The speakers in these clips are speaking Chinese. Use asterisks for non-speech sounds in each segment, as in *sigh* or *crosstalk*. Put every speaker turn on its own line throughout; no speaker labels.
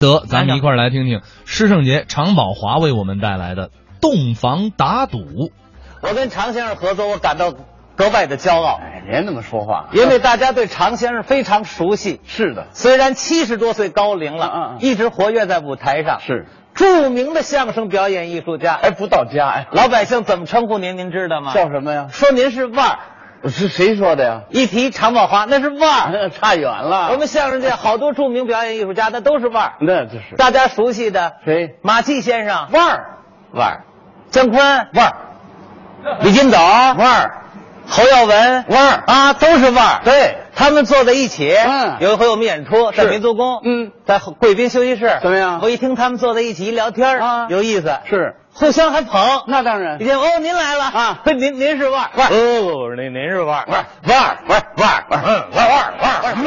得，咱们一块儿来听听施圣杰、常宝华为我们带来的《洞房打赌》。
我跟常先生合作，我感到格外的骄傲，
哎，别那么说话。
因为大家对常先生非常熟悉。
是的，
虽然七十多岁高龄了，
嗯嗯嗯
一直活跃在舞台上，
是。
著名的相声表演艺术家。哎
还哎不到家呀？
老百姓怎么称呼您？您知道吗？
叫什么呀？
说您是腕儿，
是谁说的呀？
一提常宝华，那是腕儿。
*laughs* 那差远了。
我们相声界好多著名表演艺术家，那都是腕儿。
那就是
大家熟悉的
谁？
马季先生，
腕儿，
腕儿；姜昆，
腕儿，
李金斗，
腕儿，
侯耀文，
腕儿。
啊，都是腕儿。
嗯对，
他们坐在一起。
嗯
有一回我们演出在
是
民族宫，
嗯，
在贵宾休息室。
怎么样
我一听他们坐在一起一聊天儿
啊
有意思，
是。
互相还捧。
那当然
一。见哦，您来了
啊
呵您您是腕儿，腕儿，哦不不，您您是腕儿，
腕儿，嗯腕儿，腕儿，腕儿，腕儿，腕儿，腕儿，腕儿，嗯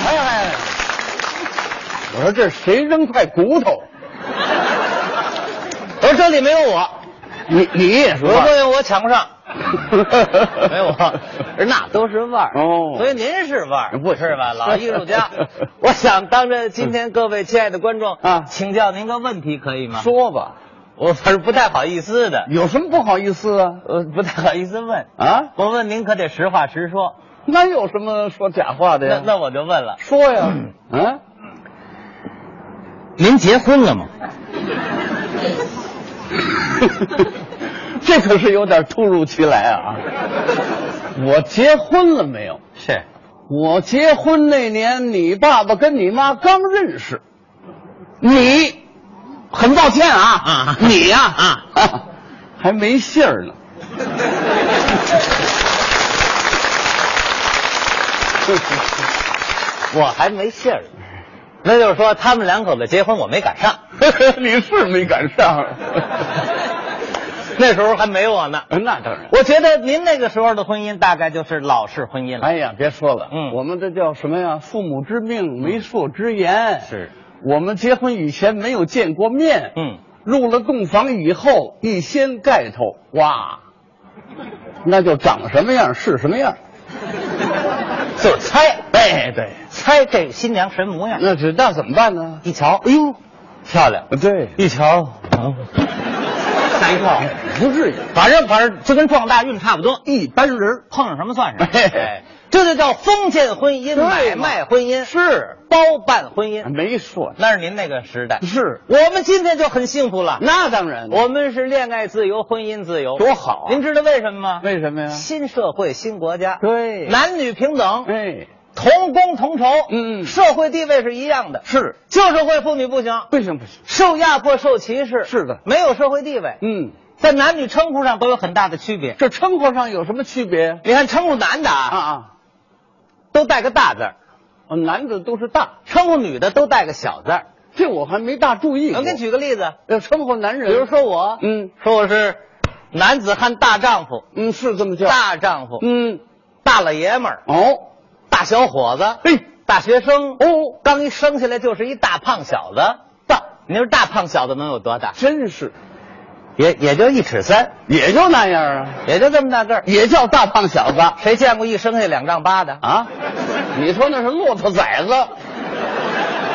腕儿。哎哎，我说这谁扔块骨头？
我说这里没有我，
你你也
如
说
果有我抢不
*laughs*
上，没
没
有我，人那都是腕儿
哦
所以您是腕儿，
不是
是吧？老艺术
*laughs*
家，我想当着今天各位亲爱的观众
啊
请教您个问题可以吗？
说嗯吧，
我反正不太好意思的，
有什么不好意思啊？
呃，不太好意思问。
啊，
我问您可得实话实说。
那有什么说假话的
那
呀？
那我就问了，
说呀，嗯，
您结婚了吗？
这可是有点突如其来啊！我结婚了没有？
是，
我结婚那年，你爸爸跟你妈刚认识，你很抱歉啊
啊，
你呀
啊
啊，还没信儿呢。 *laughs*
我还没信儿。那就是说，他们两口子结婚，我没赶上。 *laughs*
你是没赶上， *laughs*
那时候还没我呢。
那当然。
我觉得您那个时候的婚姻大概就是老式婚姻了。
哎呀，别说了，
嗯
我们这叫什么呀？父母之命，媒妁之言。
是，
我们结婚以前没有见过面，
嗯，
入了洞房以后，一掀盖头，哇，那就长什么样是什么样。
就是猜，
哎，对，
猜这新娘什么模样。
那这那怎么办呢？
一瞧，哎呦，漂亮！
对，
一瞧， *laughs* 吓一跳。
不至于，
反正反正就跟撞大运差不多，
一般人
碰上什么算什么。
嘿
哎这就叫封建婚姻、
对嘛
买卖婚姻、
是嗯
包办婚姻，
没说
那是您那个时代。
是，
我们今天就很幸福了，
那当然，
我们是恋爱自由、婚姻自由，
嗯多好啊
您知道为什么吗？
为什么呀？
新社会、新国家，
对
男女平等，
哎，
同工同酬，
嗯
社会地位是一样的，
是，
旧社会妇女不行，
不行不行，
受压迫、受歧视，
是的
没有社会地位，
嗯，
在男女称呼上都有很大的区别。
这称呼上有什么区别？
你看称呼男的
啊
啊，
啊。
都带个大字儿；
哦，男的都是大，
称呼女的都带个小字儿。
这我还没大注意过。呃
我给你举个例嗯子，
要称呼男
啊比
人，
如说我，
嗯
说我是男子汉大丈夫、
嗯，是这么叫。
大丈夫、
嗯，
大老爷们儿、
哦，
大小伙子、
嘿，
大学生。
哦，
刚一生下来就是一大胖小子，大，你说大胖小子能有多大？
真是，
也也就一尺三，
也就那样啊，
也就这么大个儿。
也叫大胖小子
谁见过一生下两丈八的？
啊。你说那是骆驼崽子？
*laughs*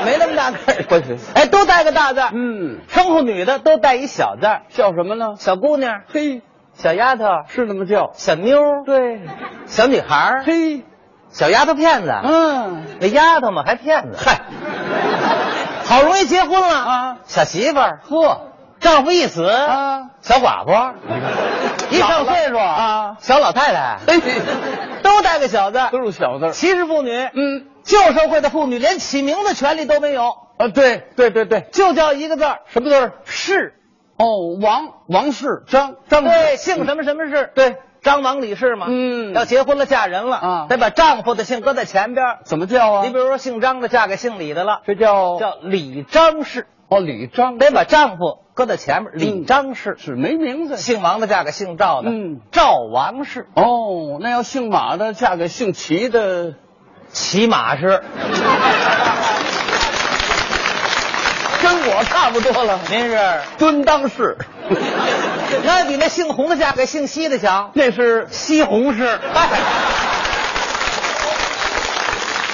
没那么大个儿。
不行，
哎，都带个大字儿。
嗯，
称呼女的都带一小字儿，
叫什么呢？
小姑娘、
嘿，
小丫头、
是这么叫。
小妞儿、
对，
小女孩儿、
嘿，
小丫头片子。
嗯，
那丫头嘛，还骗子。嗨， *laughs* 好容易结婚了
啊，
小媳妇儿，
呵，
丈夫一死，
啊，
小寡妇，一上岁数
啊
小老太太，
嘿，
都带个小字儿。
都是小字儿。
歧视妇女，
嗯，
旧社会的妇女连起名的权利都没有，
啊，对对对对，
就叫一个字儿
什么字儿？
是。
哦，王王氏张张氏
对，姓什么什么氏？对，张王李氏嘛。
嗯
要结婚了，嫁人了
啊
得把丈夫的姓搁在前边儿。
怎么叫啊？
你比如说，姓张的嫁给姓李的了，
这叫
叫李张氏，
哦，李章
得把丈夫搁在前面。李
嗯
张氏，
是没名字。
姓王的嫁给姓赵的，
嗯，
赵王氏，
哦，那要姓马的嫁给姓齐的，
骑马
*laughs*
氏。
跟我差不多了。
您是？
蹲当 *laughs* 氏，
那比那姓洪的嫁给姓西的强。
那是
西红柿。哎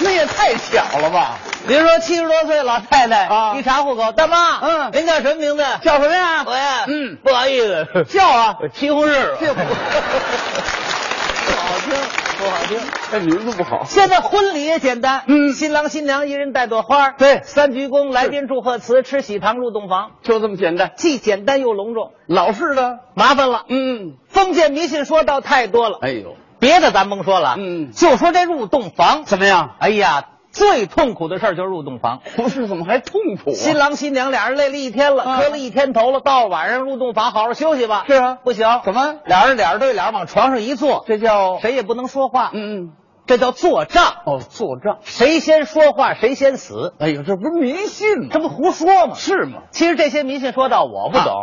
那也太巧了吧？
*laughs* 您说七十多岁老太太
啊
一查户口，大妈，
嗯
您叫什么名字？
叫什么呀？
我呀，
嗯
不好意思，
叫啊，
西红柿吧，
这不
不好听，不好听。
这名字不好。
现在婚礼也简单，嗯，新郎新娘一人带朵花，
对
三鞠躬，来宾祝贺词，吃喜糖入洞房，
就这么简单，
既简单又隆重，
老式的。
麻烦了。
嗯，
封建迷信说道太多了，
哎呦，
别的咱甭说了，
嗯
就说这入洞房，
怎么样？
哎呀，最痛苦的事儿就是入洞房。
不是，怎么还痛苦啊？
新郎新娘俩人累了一天了，
啊
磕了一天头了，到了晚上入洞房，好好休息吧。
是啊
不行，
怎么
俩人俩人对俩人往床上一坐，
这叫？
谁也不能说话，
嗯嗯，
这叫做账。
哦，做账。
谁先说话谁先死，
哎呦，这不是迷信吗？
这不胡说吗？
是啊吗？
其实这些迷信说到我不懂，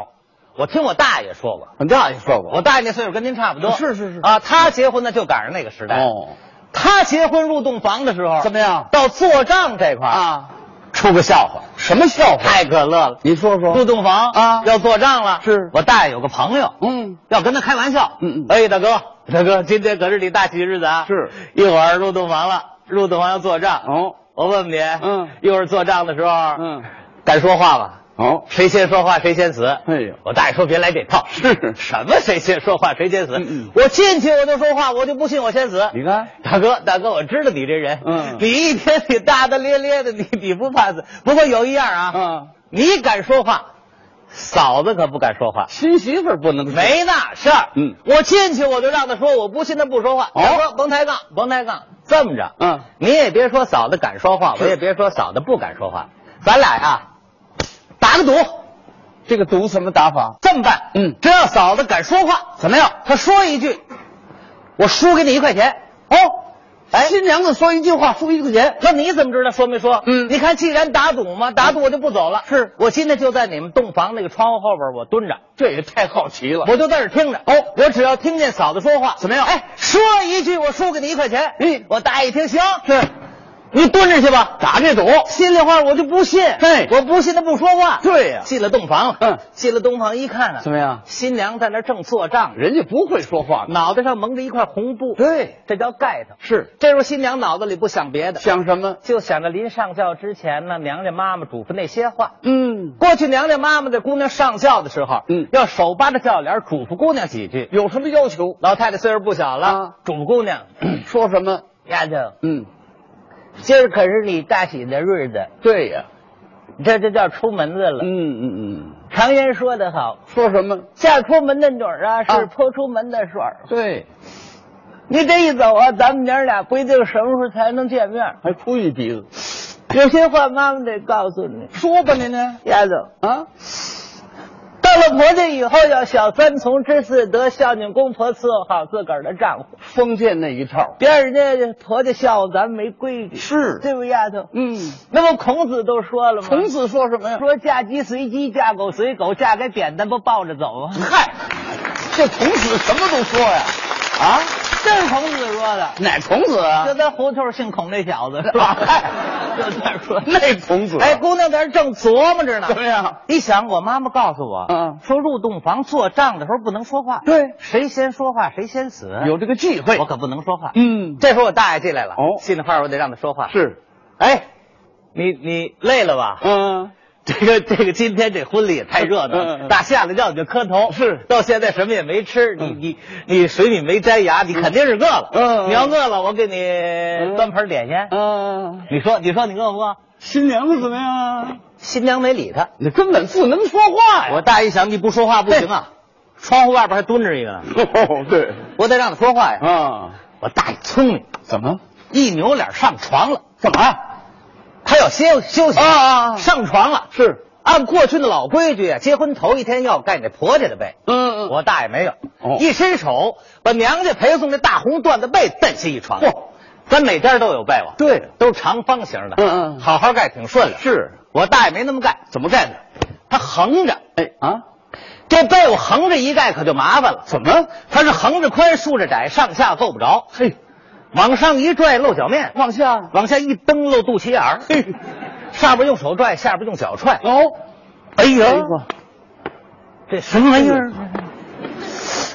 我听我大爷说过，
很大爷说过。
我大爷那岁数跟您差不多，
是是是
啊，他结婚呢就赶上那个时代，
哦，
他结婚入洞房的时候，
怎么样？
到做账这块儿，
啊，
出个笑话，
什么笑话？
太可乐了。
你说说。
入洞房
啊
要做账了。
是
我大爷有个朋友，
嗯，
要跟他开玩笑。
嗯嗯
哎，大哥，大哥，今天可是你大喜日子啊！
是，
一会儿入洞房了，入洞房要做账。
哦，
我问问你，
嗯
一会儿做账的时候，
嗯，
敢说话吗？
哦，
谁先说话谁先死。
哎呦
我大爷说别来这套，
是
什么谁先说话谁先死？
嗯嗯
我进去我就说话，我就不信我先死。
你看，
大哥，大哥，我知道你这人，
嗯
你一天你大大咧咧的，你你不怕死。不过有一样啊，
啊，
你敢说话，嫂子可不敢说话。
新媳妇儿不能说，
没那事儿，
嗯
我进去我就让他说，我不信他不说话。
哦
我说甭抬杠，甭抬杠，这么着，
嗯，
你也别说嫂子敢说话，
是
我也别说嫂子不敢说话，咱俩呀，打个赌，
这个赌怎么打法？
这么办，
嗯
只要嫂子敢说话，
怎么样？
她说一句，我输给你一块钱。
哦，
哎
新娘子说一句话，输一块钱。
那你怎么知道说没说？
嗯
你看，既然打赌嘛，打赌我就不走了。
是
我今天就在你们洞房那个窗户后边，我蹲着。
这也太好奇了。
我就在这儿听着。哦，我只要听见嫂子说话，
怎么样
哎，说一句，我输给你一块钱。
嗯
我大爷一听，行，
是
你蹲着去吧。
打这赌，
心里话我就不信，
对
我不信他不说话。
对呀
进了洞房了，
嗯
进了洞房一看啊，
怎么样
新娘在那儿正做账，
人家不会说话呢。
脑袋上蒙着一块红布，
对，
这叫盖头。
是
这时候新娘脑子里不想别的，
想什么？
就想着临上轿之前呢，娘家妈妈嘱咐那些话。
嗯，
过去娘家妈妈在姑娘上轿的时候，
嗯
要手扒着轿帘儿嘱咐姑娘几句。
有什么要求？
老太太岁数不小了，
啊
嘱咐姑娘
说什么？
丫头，
嗯，
今儿可是你大喜的日子，
对呀。
这就叫出门子了。
嗯嗯嗯，
常言说得好，
说什么？
嫁出门的女儿啊，
啊
是泼出门的水儿。
对，
你这一走啊，咱们娘俩不一定什么时候才能见面。
还哭一鼻子。
有些话妈妈得告诉你，
说吧，您呢？
丫头，
啊，
到了婆家以后要小三从之四德，孝敬公婆，伺候好自个儿的丈夫，
封建那一套。
别让人家婆家笑话咱们没规矩，
是
对不，丫头？
嗯，
那么孔子都说了吗？
孔子说什么呀？
说嫁鸡随鸡，嫁狗随狗，嫁给扁担不抱着走啊吗？
嗨，这孔子什么都说呀？啊，
这是孔子说的，
哪孔子
就
啊？
咱胡同姓孔那小子是
*laughs*
吧？
嗨
就这儿说。
那孔子啊
哎，姑娘在这儿正琢磨着呢
怎。么样？
一想，我妈妈告诉我，
嗯
说入洞房做账的时候不能说话，
对
谁先说话谁先死。
有这个忌讳
我。可不能说话。
嗯，
这时候我大爷进来了，
哦
心里话我得让他说话。，
是，
哎，你你累了吧？
嗯，
这个这个，今天这婚礼也太热闹
嗯嗯
了，
嗯
打下了轿你就磕头，
是
到现在什么也没吃，你
嗯
你你水里没沾牙，你肯定是饿了。
嗯嗯嗯
你要饿了，我给你端盘点心。
啊，
你说你说你饿不饿？
新娘子怎么样？啊
新娘没理他。
你根本不能说话
我大一想，你不说话不行啊，窗户外边还蹲着一个呢，
哦，对，
我得让他说话呀。
啊，
我大爷聪明，
怎么？
一扭脸上床了，
干嘛？
他要歇休息
啊啊啊
上床了。
是，
按过去的老规矩啊，结婚头一天要盖那婆家的被。
嗯我
我大爷没有，
哦
一伸手把娘家陪送的大红缎子被蹬下一床。
嚯
咱每家都有被窝，
哦对，
都是长方形的，
嗯嗯
好好盖挺顺溜。
是
我大爷没那么盖，
怎么盖的？
他横着，
哎啊，
这被窝横着一盖可就麻烦了。
怎么？
它是横着宽，竖着窄，上下够不着，
嘿，
往上一拽露脚面，
往下。
往下一蹬露肚脐眼儿。
嘿，
*laughs* 上边用手拽，下边用脚踹。
哦，
哎
哎
呀，
呦哎
这什么玩意儿？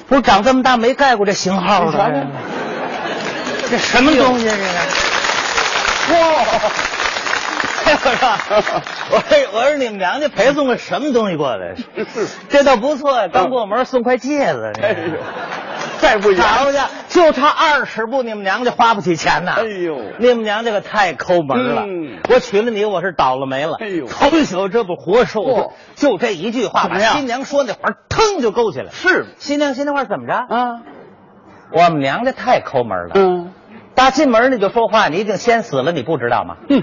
我长这么大没盖过这型号
你瞧瞧
啊的，这什么东西？这个 *laughs*
嚯，
这我说，我说哎我说你们娘家陪送个什么东西过来？这倒不错呀，刚过门送块戒指，
哎呦，再不
你
演，
瞧瞧，就差二十步，你们娘家花不起钱呐。
哎呦
你们娘家可太抠门了。
嗯
我娶了你，我是倒了霉了。
哎呦
从小这不活受罪，
嚯
就这一句话，
怎
把
么样
新娘说那话腾就勾起来。
是
新娘新那话怎么着？
啊，
我们娘家太抠门了。
嗯，
打进门你就说话，你已经先死了，你不知道吗？
嗯，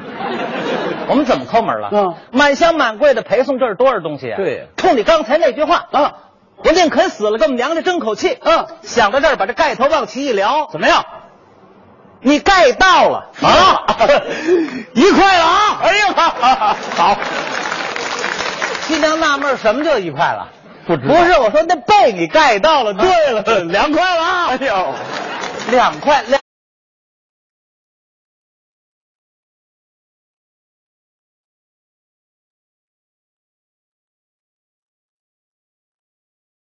*laughs* 我们怎么抠门了？
嗯
满箱满柜的陪送这是多少东西啊？
对
冲你刚才那句话，
啊，
我宁肯死了，跟我们娘家争口气。啊
嗯
想到这儿，把这盖头往起一撩，
怎么样？
你盖到了 *laughs*
啊
一块了啊！
哎呀，好，
新娘纳闷儿，什么叫一块了？
不
不 *laughs* 是，我说那被你盖到了。对了，两块了啊！
哎呦。
两块两。